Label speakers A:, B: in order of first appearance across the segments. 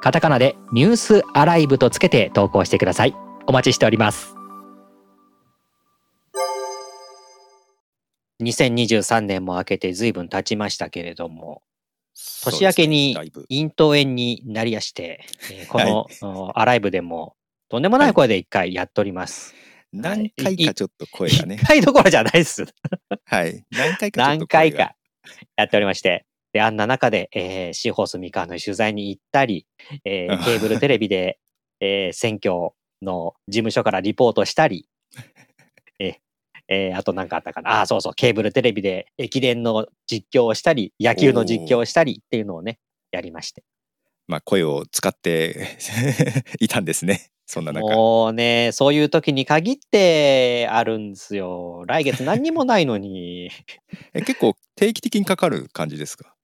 A: カタカナでニュースアライブとつけて投稿してくださいお待ちしております2023年も明けて随分経ちましたけれども年明けに
B: そうですねだいぶ
A: 咽頭炎になりやして、えーこの、おアライブでもとんでもない声で一回やっております。
B: 何回
A: いい
B: かちょっと声
A: 一、
B: がね。
A: 回どころじゃないです。
B: はい。何回かちょっ
A: 何
B: と声
A: 回
B: が。
A: かやっておりまして。で、あんな中で、えー、シーホース三河の取材に行ったり、えーケーブルテレビで、えー選挙の事務所からリポートした り、えーえーあと何かあったかな。ああー、そうそう、ケーブルテレビで駅伝の実況をしたり、野球の実況をしたりっていうのをね、やりまして。
B: まあ声を使って いたんですね。そんな中。
A: もうね、そういう時に限ってあるんですよ。来月何にもないのに。
B: え結構定期的にかかる感じですか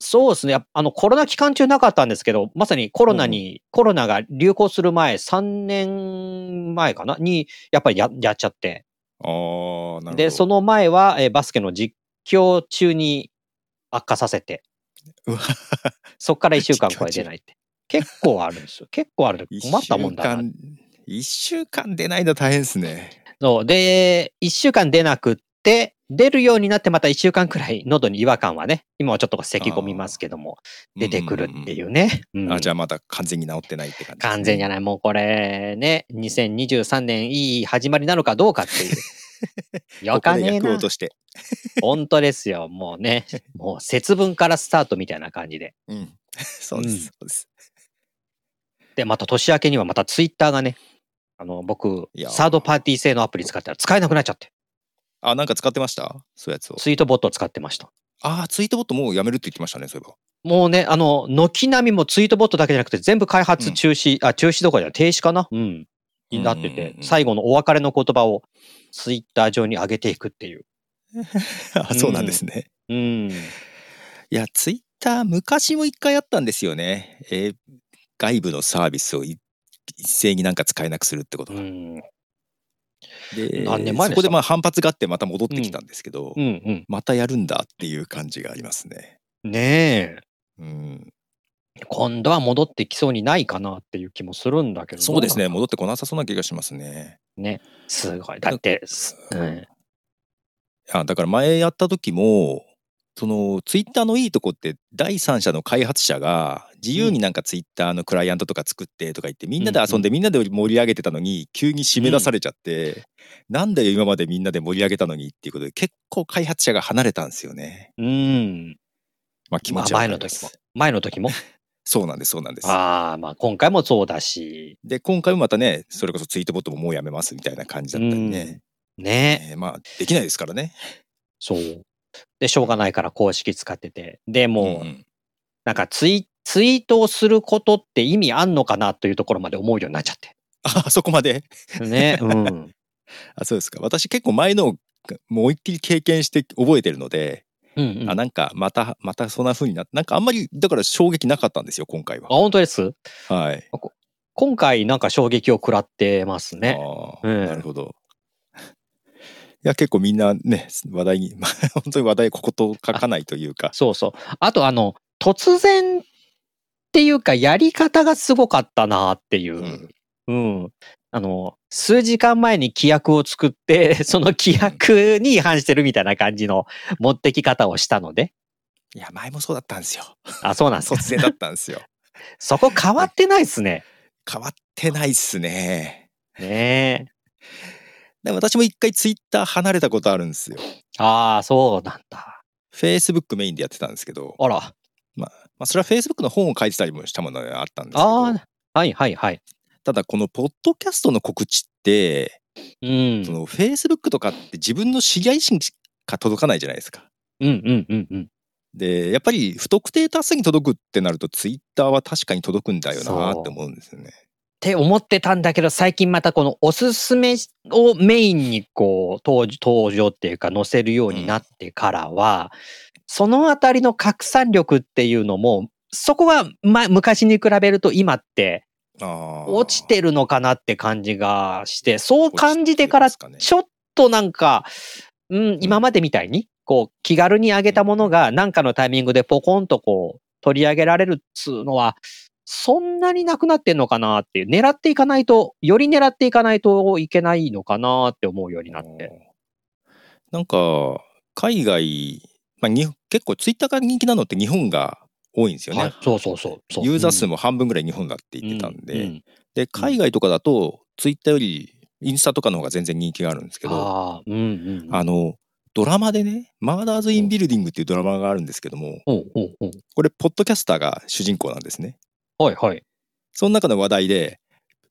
A: そうですね。やっぱあの、コロナ期間中なかったんですけど、まさにコロナに、コロナが流行する前、3年前かなに、やっぱりややっちゃって。
B: ああ、なるほど。
A: で、その前は、えーバスケの実況中に悪化させて、
B: うわ
A: そこから1週間超えてないって。結構あるん ですよ。結構ある。
B: 一
A: 困ったもんだな
B: 週。間。一週間出ないの大変ですね。
A: そう。で、1週間出なくって、出るようになってまた1週間くらい喉に違和感はね、今はちょっと咳込みますけども、 出てくるっていううね。
B: んうんうん。
A: うん
B: あじゃあまだ完全に治ってないって感じですね、
A: 完全じゃない。もうこれね、2023年いい始まりなのかどうかって いう。よ
B: ここ
A: か
B: で
A: ねえ
B: 役を
A: な
B: 落。として。
A: 本当ですよ。もうね、もう節分からスタートみたいな感じで。
B: うん。そうです、
A: うん
B: そうです。
A: で、また年明けにはまたツイッターがね、あの、僕
B: い、やー
A: サードパーティー製のアプリ使ったら使えなくなっちゃって、
B: あ、なんか使ってましたそういうやつを。
A: ツイートボットを使ってました。
B: ああ、ツイートボットもうやめるって言ってましたね、そういえば。
A: もうね、あの、軒並みもツイートボットだけじゃなくて、全部開発中止、あ、中止どころじゃない停止かなうん。になって
B: うんうん
A: て
B: う、ん
A: 最後のお別れの言葉をツイッター上に上げていくっていう。
B: あそうなんですね。
A: うん。
B: いや、ツイッター、昔も一回あったんですよね。えー外部のサービスをい一斉になんか使えなくするってこと
A: う
B: が。
A: ん。
B: で
A: 何年前でした
B: そこでまあ反発があってまた戻ってきたんですけど、
A: うんうん。
B: またやるんだっていう感じがありますね。
A: ね
B: うん、
A: え。今度は戻ってきそうにないかなっていう気もするんだけど。
B: そうですね、
A: ど
B: 戻ってこなさそうな気がしますね。
A: うなんだろうね。すごい。だって、すうん。
B: あだから前やった時も、そのツイッターのいいとこって第三者の開発者が自由になんかツイッターのクライアントとか作ってとか言ってみんなで遊んでみんなで盛り上げてたのに急に締め出されちゃって、なんだよ今までみんなで盛り上げたのにっていうことで結構開発者が離れたんですよね。
A: うん。
B: まあ気持
A: まあ
B: ち
A: 前
B: 悪い
A: の
B: で
A: 時
B: す
A: も。。前の時も。
B: そうなんですそうなんです。
A: ああ、まあ今回もそうだし。
B: で今回もまたねそれこそツイートボットももうやめますみたいな感じだったりね、
A: ねえ。
B: えーまあできないですからね。
A: そう。で、しょうがないから公式使ってて。でも
B: う
A: う、
B: ん
A: なんかツイツイートをすることって意味あんのかなというところまで思うようになっちゃって。
B: あそこまで
A: ね。 うん。
B: あそうですか私結構前のをもう一気に経験して覚えてるので、
A: うん、うん。
B: あ
A: あ、
B: なんかまたまたそんな風になってなんかあんまりだから衝撃なかったんですよ今回は。
A: 本当です
B: はい、
A: 今回なんか衝撃を食らってますね。
B: あ
A: え
B: ー
A: え
B: なるほど。いや結構みんなね話題に、ま あ、本当に話題ここと書かないというか。
A: そうそう。あと、あの、突然っていうか、やり方がすごかったなっていううんうん。あの、数時間前に規約を作って、 その規約に違反してるみたいな感じの持ってき方をしたので。
B: いや前もそうだったんですよ
A: あ、そうなんですか。
B: 突然だったんです よ
A: そこ変わってないっすね。
B: 変わってないっすね
A: ねえ。
B: で私も一回ツイッター離れたことあるんですよ
A: ああ、そうなんだ。
B: フェイスブックメインでやってたんですけど、
A: あら。
B: まあ、それはフェイスブックの本を書いてたりもしたものがあったんですけど
A: ああ、はいはいはい。
B: ただこのポッドキャストの告知って、
A: うん。
B: そのフェイスブックとかって自分の知り合いしか届かないじゃないですか。
A: うんうんうんうん。
B: でやっぱり不特定多数に届くってなるとツイッターは確かに届くんだよなって思うんですよね。
A: って思ってたんだけど、最近またこのおすすめをメインにこう登登場っていうか載せるようになってからは、そのあたりの拡散力っていうのも、そこは、ま、昔に比べると今って
B: あー
A: 落ちてるのかなって感じがして、そう
B: 落ちてる
A: 感じてから
B: で
A: ち
B: すかね
A: ょっとなんか、うん、今までみたいに、こう、気軽に上げたものが何かのタイミングでポコンとこう、取り上げられるっつうのは、そんなになくなってんのかなっていう、狙っていかないと、より狙っていかないといけないのかなって思うようになって。
B: なんか海外、まあ、に結構ツイッターが人気なのって日本が多いんですよね、
A: はいそうそうそうそう。
B: ユーザー数も半分ぐらい日本だって言ってたんで、
A: うう
B: で海外とかだとツイッターよりインスタとかの方が全然人気があるんですけどあ
A: ああ、うんうんうん。
B: のドラマでね「マーダーズ・イン・ビルディング」っていうドラマがあるんですけども
A: おうおうおう
B: これポッドキャスターが主人公なんですね
A: はいはい。
B: その中の話題で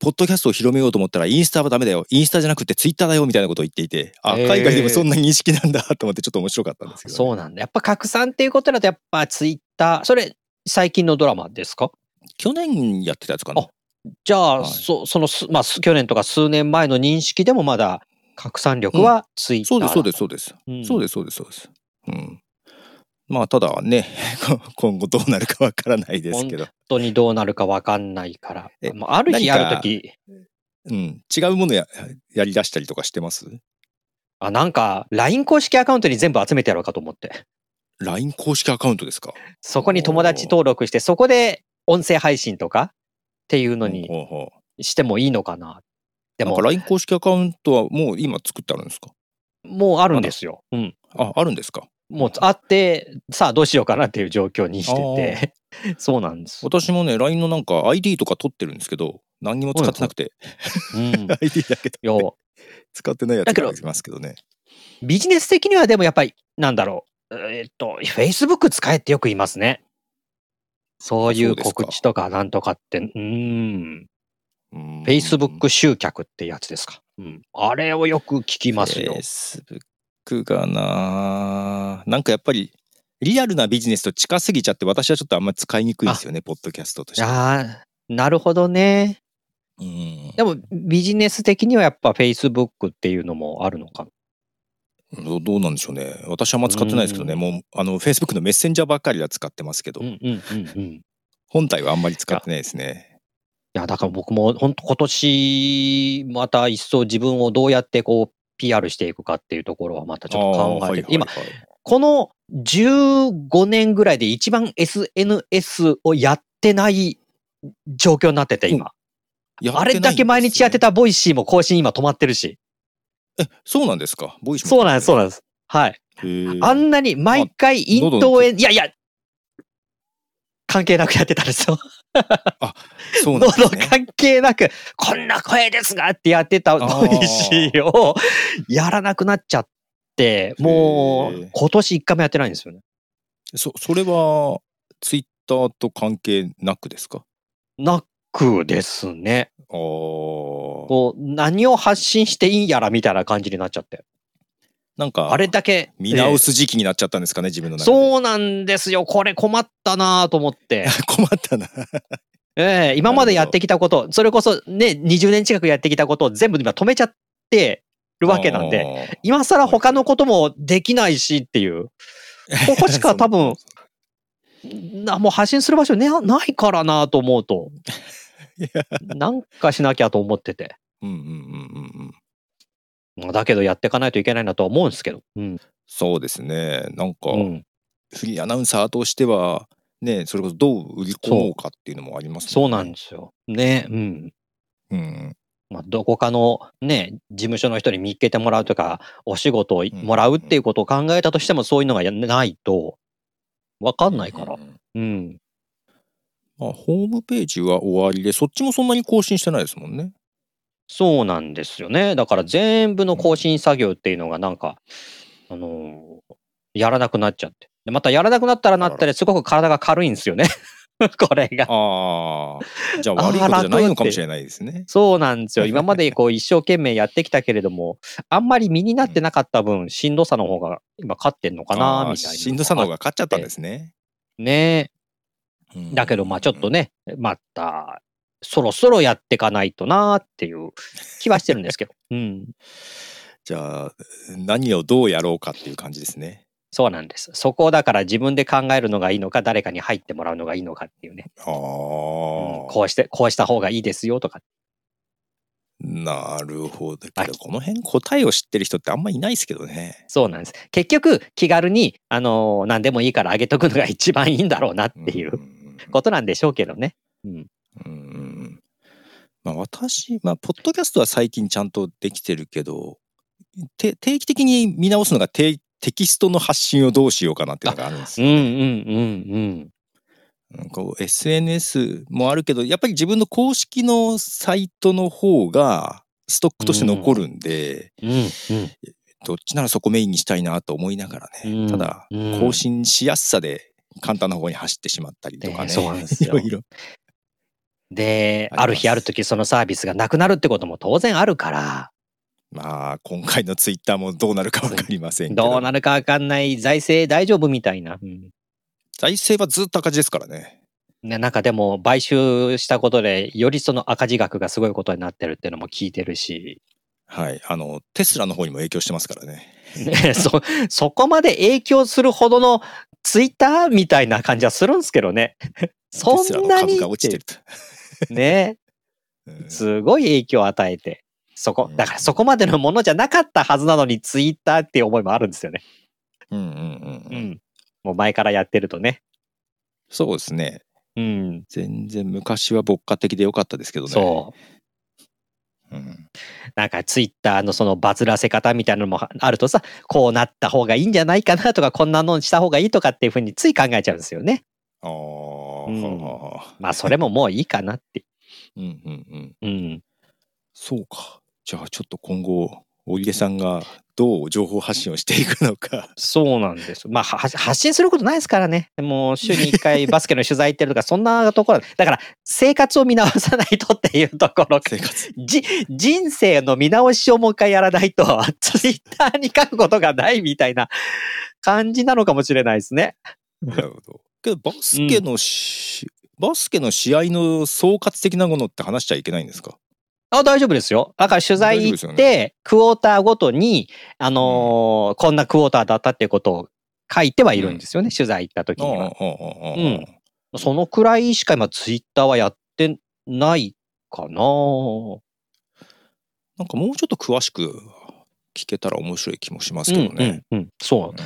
B: ポッドキャストを広めようと思ったらインスタはダメだよインスタじゃなくてツイッターだよみたいなことを言っていてあ
A: へー
B: 海外でもそんな認識なんだと思ってちょっと面白かったんですけどね、
A: そうなんだ。やっぱ拡散っていうことだと、やっぱツイッター、それ、最近のドラマですか
B: 去年やってたやつかな
A: あじゃあ、
B: はい
A: そそのす、まあ、す去年とか数年前の認識でもまだ拡散力はツイッター、
B: そうですそうです
A: す。
B: そうです
A: うん
B: そうですそうですそうですうんまあただね 今後どうなるかわからないですけど
A: 本当にどうなるかわかんないから
B: え。
A: まあ、ある日あ
B: 何か
A: る時
B: うん、違うものややり出したりとかしてます
A: あ、なんか、LINE 公式アカウントに全部集めてやろうかと思って。
B: ?LINE 公式アカウントですか
A: そこに友達登録して、そこで音声配信とかっていうのに
B: ほうほ
A: してもいいのかな。
B: う
A: で
B: なん
A: も
B: か、LINE 公式アカウントはもう今作ってあるんですか
A: もうあるんですよ。うん。
B: あ、あるんですか
A: もうあって、さあどうしようかなっていう状況にしてて、 そうなんです。
B: 私もね、LINE のなんか ID とか取ってるんですけど、何にも使ってなくて、
A: うん、
B: ID だけ
A: 要は
B: 使ってないや
A: だ
B: つ
A: けど
B: がありますけどね。
A: ビジネス的にはでもやっぱり、なんだろう、えーっと、Facebook 使えってよく言いますね。そうい
B: あそううですか
A: 告知とかなんとかって、うーん、
B: うーん
A: Facebook 集客ってやつですか。うん、あれをよく聞きますよ。
B: Facebook がなあなんかやっぱり、リアルなビジネスと近すぎちゃって、私はちょっとあんまり使いにくいですよね、ポッドキャストとして。
A: あーなるほどね。
B: うん
A: でもビジネス的にはやっぱ Facebook っていうのもあるのかな。
B: どどうなんでしょうね。私はあんま使ってないですけどね、
A: うん
B: もうあの Facebook のメッセンジャーばっかりは使ってますけど、
A: うんうんうんうん。
B: 本体はあんまり使ってないですね。
A: いや、だから僕も本当今年、また一層自分をどうやってこう、PR していくかっていうところはまたちょっと考えて、今、この15年ぐらいで一番 SNS をやってない状況になってて、今。あれだけ毎日やって
B: た。
A: たボイシーも更新今止まってるし。
B: え、そうなんですか。ボイシ
A: そうなんです、そう
B: う
A: なんです。はい。あ
B: あん
A: んなに毎回咽頭
B: 喉の
A: 炎、いやいや、関係なくやってたんですよ。
B: そうなんです
A: 喉
B: ね。
A: 関係なく、こんな声ですがってやってた
B: ー
A: ボイシーをやらなくなっちゃって、も
B: へ
A: う
B: ー
A: 今年一回もやってないんですよね。
B: そそれはツイッターと関係なくですか。
A: なくですね。
B: ああ。
A: こう、何を発信していいんやらみたいな感じになっちゃって。
B: なんか
A: あれだけ。
B: 見直
A: す。
B: す時期になっちゃったんですかね、自分の中で。う。
A: そうなんですよ。これ困ったなぁと思って。
B: 困ったな。
A: ええ今までやってきたこと、それこそね、20年近くやってきたことを全部今止めちゃってるわけなんで、
B: で。、
A: 今更他のこともできないしっていう。ここしか多分 なもう発信する場所ねないからなと思うと、
B: いや
A: なんかしなきゃと思ってて。
B: うんうんうんうんうん。
A: まあだけどやっていかないといけないなとは思うんですけど。うん。
B: そうですね。なんか、
A: うん、
B: フリーアナウンサーとしては、ね、それこそどう売り込もうかっていうのもあります
A: そうなん
B: で
A: ですよ。ね。うん。
B: うん。
A: まあ、どこかのね、事務所の人に見っけてもらうとか、お仕事をもらうっていうことを考えたとしても、そういうのがやないと、わかんないから
B: う。ん
A: うん。
B: まあ、ホームページは終わりで、そっちもそんなに更新してないですもんね。
A: そうなんですよね。だから全部の更新作業っていうのがなんか、あのーやらなくなっちゃって。でまたやらなくなったらなったですごく体が軽いんですよね。 これが。
B: ああ。じゃあ
A: あー
B: 悪いことじゃないのかもしれないですね。
A: そうなん ですよ。今までこう一生懸命やってきたけれども、あんまり身になってなかった分、しんどさの方が今勝ってんのかな、
B: あー
A: みたいな。
B: しんどさの方が勝っちゃったんですね。
A: ねえ。
B: うん
A: だけど、まあちょっと。ね、また、そろそろやっていかないとなーっていう気はしてるん ですけど。うん。
B: じゃあ何をどうやろうかっていう感じですね。
A: そうなんです。そこをだから自分で考えるのがいいのか、誰かに入ってもらうのがいいのかっていうね。
B: ああ、
A: うんこうして、こうした方がいいですよとか。
B: なるほど。
A: はい
B: けどこの辺答えを知ってる人ってあんまいないですけどね。
A: そうなんです。結局、気軽に、あのー何でもいいからあげとくのが一番いいんだろうなっていうんことなんでしょうけどね。うん。
B: うんうんまあ、私、まあ、ポッドキャストは最近ちゃんとできてるけど、て定期的に見直すのがテテキストの発信をどうしようかなっていうのがあるんです
A: うんうんうんうん。
B: うんこう SNS もあるけど、やっぱり自分の公式のサイトの方がストックとして残るんで、
A: うんうん。
B: どっちならそこメインにしたいなと思いながらね、
A: うん
B: ただ、
A: うん
B: 更新しやすさで簡単な方に走ってしまったりとか
A: ね
B: ね、
A: そうなんですよ
B: いろいろ。
A: で、
B: あります
A: ある日ある時そのサービスがなくなるってことも当然あるから、
B: まあ、今回のツイッターもどうなるか分かりませんけ ど。
A: どうなるかわかんない、財政大丈夫みたいな。うん
B: 財政はずっと赤字ですからね。
A: ね、なんかでも買収したことでよりその赤字額がすごいことになってるっていうのも聞いてる し、
B: はい。あの、テスラの方にも影響してますからね。
A: ね、そそこまで影響するほどのツイッターみたいな感じはするんですけどねそ
B: テスラ
A: ん
B: の
A: なに
B: 株が落ち てると。
A: ね
B: うん
A: すごい影響を与えてそこだからそこまでのものじゃなかったはずなのにツイッターっていう思いもあるんですよね、
B: うんうんうん
A: う
B: うん。
A: ん、もう前からやってるとね、
B: そうですね。
A: うん、
B: 全然昔は牧歌的で良かったですけどね。
A: そう
B: う。ん、
A: なんかツイッターのそのバズらせ方みたいなのもあるとさ、こうなった方がいいんじゃないかなとか、こんなのした方がいいとかっていうふうについ考えちゃうんですよね。
B: ああ、
A: うん
B: はあ
A: まあそれももういいかなって。
B: うんうんう
A: う
B: ん。
A: ん。
B: そうか。じゃあちょっと今後、織出さんがどう情報発信をしていく のか。
A: そうなんです。まあは発信することないですからね。もう週に1回バスケの取材行ってるとか、そんなところ。だから生活を見直さないとっていうところ。
B: 生活。
A: じ人生の見直しをもう一回やらないと、 ツイッターに書くことがないみたいな感じなのかもしれないですね。
B: なるほど。けど、バスケのし、バスケの試合の総括的なものって話しちゃいけないんですか
A: あ、大丈夫ですよ。だから取材行
B: 大丈夫で
A: っ
B: す
A: て、
B: よね
A: クォーターごとに、あのーこんなクォーターだったっていうことを書いてはいるんですよね、取材行った時
B: ああ
A: に
B: あ
A: は。
B: あああ
A: うんそのくらいしか今、ツイッターはやってないかな
B: なんかもうちょっと詳しく聞けたら面白い気もします
A: うん
B: けどね。
A: うんうん、そう。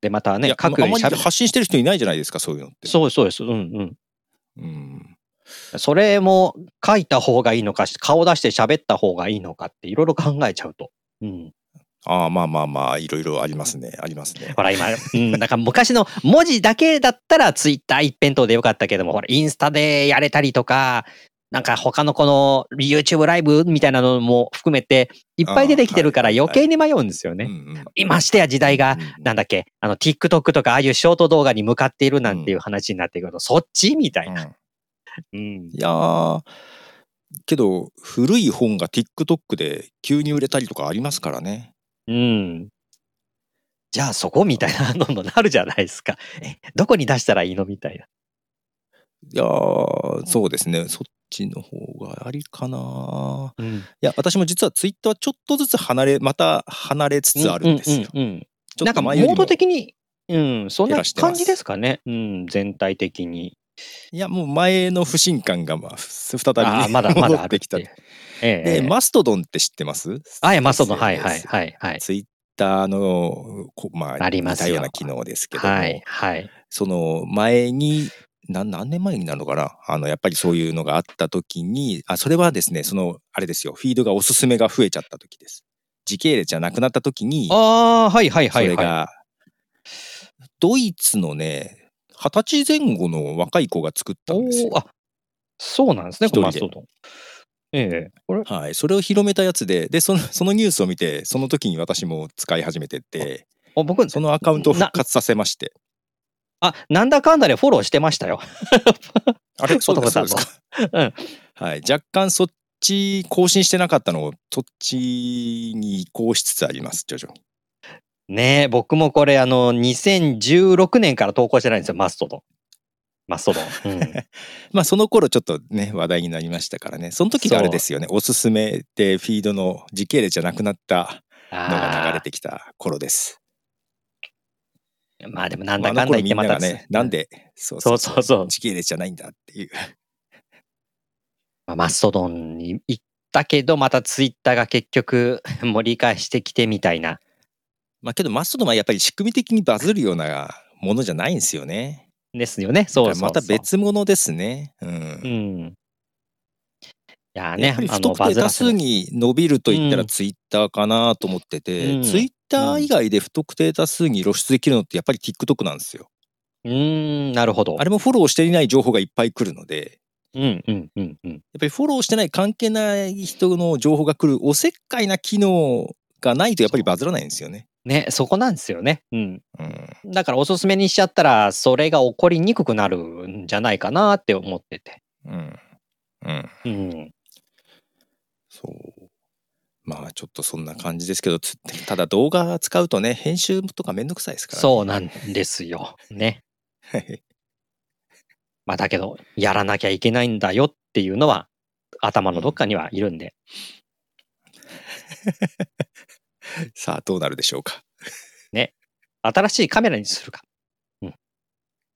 A: で、また
B: い
A: ね
B: や、
A: 各
B: あんまり
A: 喋る
B: 発信してる人いないじゃないですか、そういうのって。
A: そうですそうです。うんうん。
B: うん。
A: それも書いた方がいいのか、顔出して喋った方がいいのかっていろいろ考えちゃうと。うん。
B: ああ、まあまあまあ、いろいろありますね。ありますね。
A: ほら今、うん、 なんか昔の文字だけだったらツイッター一辺倒でよかったけども、ほら、インスタでやれたりとか、なんか他のこの YouTube ライブみたいなのも含めて、いっぱい出てきてるから
B: あーはい
A: 余計に迷うんですよね。
B: うんうん
A: 今してや時代が、、なん
B: だ
A: だっけ、あの TikTok とかああいうショート動画に向かっているなんていう話になってくると、そっちみたいな。うん
B: いやー、けど、古い本が TikTok で急に売れたりとかありますからね。
A: うん。じゃあそこみたいなのもなるじゃないですか。え、どこに出したらいいのみたいな。
B: いやー、そうですね。そっちの方がありかな。
A: うん。
B: いや、私も実は Twitter はちょっとずつ離れ、また離れつつあるんですよ。
A: うんうんうん
B: ちょ
A: なん
B: っ
A: か
B: と
A: モ
B: 前より
A: ー
B: も
A: ド的に、うん、そん
B: 減
A: な
B: らしてます
A: 感じですかね。うん、全体的に。
B: いや、もう前の不信感が、まあ、ふ再び、ね、
A: ああ、まだまだ
B: 戻
A: あ
B: っ
A: るってて
B: きた。
A: いう
B: で、。
A: ええ。
B: マストドンって知ってます
A: あ、え、マストドン、はいはい
B: SNS
A: はいはい。
B: ツイッターの、こまあ、
A: ありますよ
B: 似たような機能ですけども、
A: はいはい。
B: その前に、なん何年前になるのかなあの、やっぱりそういうのがあった時に、あ、それはですね、その、あれですよ、フィードがおすすめが増えちゃった時です。時系列じゃなくなった時に、
A: ああー、はいはい
B: そ
A: はい
B: れ
A: は
B: が、ドイツのね、二十歳前後の若い子が作っ
A: い。
B: たんですよ
A: おー。あそうなんですね、
B: 一人で
A: マストドン。ええ。これ、
B: はい、それを広めたやつで、で、その、そのニュースを見て、その時に私も使い始めてって、
A: あ僕、
B: そのアカウントを復活させまして。
A: あ、なんだかんだでフォローしてましたよ。
B: あ れそうです
A: そ
B: そうう
A: だ
B: ですか。
A: うん。
B: はい、若干そっち更新してなかったのを、そっちに移行しつつあります、徐々に。
A: ねえ、僕もこれ、あの、2016年から投稿してないんですよ、マストドマストドン。 うん、
B: まあその頃ちょっとね話題になりましたからねその時があれですよねおすすめでフィードの時系列じゃなくなったのが流れてきた頃です。
A: あーまあでもなんだかんだ言って
B: ま
A: また
B: ああの頃みんながねなんでそう
A: そうそうそう。
B: 時系列じゃないんだっていう
A: まあマストドンに行ったけど、またツイッターが結局 盛り返してきてみたいな。
B: まあけどマストドンはやっぱり仕組み的にバズるようなものじゃないんですよね。
A: ですよね。そうそうそう
B: だからまた別物ですね。うん。
A: うん。いやー
B: や
A: ね
B: っぱり、
A: あ
B: 不
A: の、
B: 特
A: バ
B: 定
A: ズら
B: 多
A: せな
B: 数
A: い
B: に伸びると言った
A: う
B: ら
A: ん
B: ツイッターかなと思ってて、
A: うん
B: ツイッター以外で不特定多数に露出できるのってやっぱり TikTok なんですよ。
A: うーん、なるほど。
B: あれもフォローしていない情報がいっぱい来るので、
A: うん、うん、うん、うん。
B: やっぱりフォローしてない関係ない人の情報が来るおせっかいな機能がないとやっぱりバズらないんですよね。
A: ね、そこなんですよね。うん。
B: うん、
A: だから、おすすめにしちゃったら、それが起こりにくくなるんじゃないかなって思ってて。
B: うん、うん。
A: うん。
B: そう。まあちょっとそんな感じですけど、つただ動画使うとね、編集とかめんどくさいですから、ね。
A: そうなんですよ。ね。
B: はい
A: まあ、だけど、やらなきゃいけないんだよっていうのは、頭のどっかにはいるんで。
B: さあどうなるでしょうか。
A: 新しいカメラにするか。うん。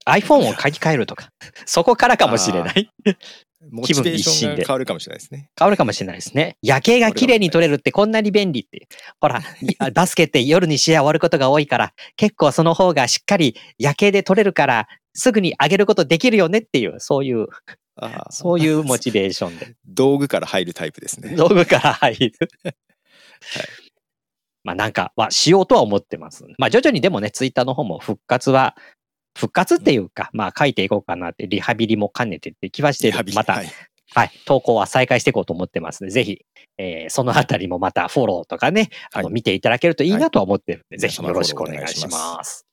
A: iPhone を書き換えるとか。そこからかもしれない。
B: モチベーションが変わるかもしれないですね。
A: 変わるかもしれないですね。夜景が綺麗に撮れるってこんなに便利って。ほ ら、いあバスケって夜に試合終わることが多いから、結構その方がしっかり夜景で撮れるから、すぐに上げることできるよねっていう、そういう、
B: ああ
A: そういうモチベーション で。
B: 道具から入るタイプですね。
A: 道具から入る。まあなんかはしようとは思ってます。まあ徐々にでもね、ツイッターの方も復活は、復活っていうか、まあ書いていこうかなって、リハビリも兼ねてって気はして
B: リハ
A: る
B: ビリ
A: また、は、
B: はいい
A: 投稿は再開していこうと思ってますので、ぜひ、えーそのあたりもまたフォローとかね、あの
B: はい
A: 見ていただけるといいなとは思ってるので、
B: い
A: ぜひよろしくお願いします。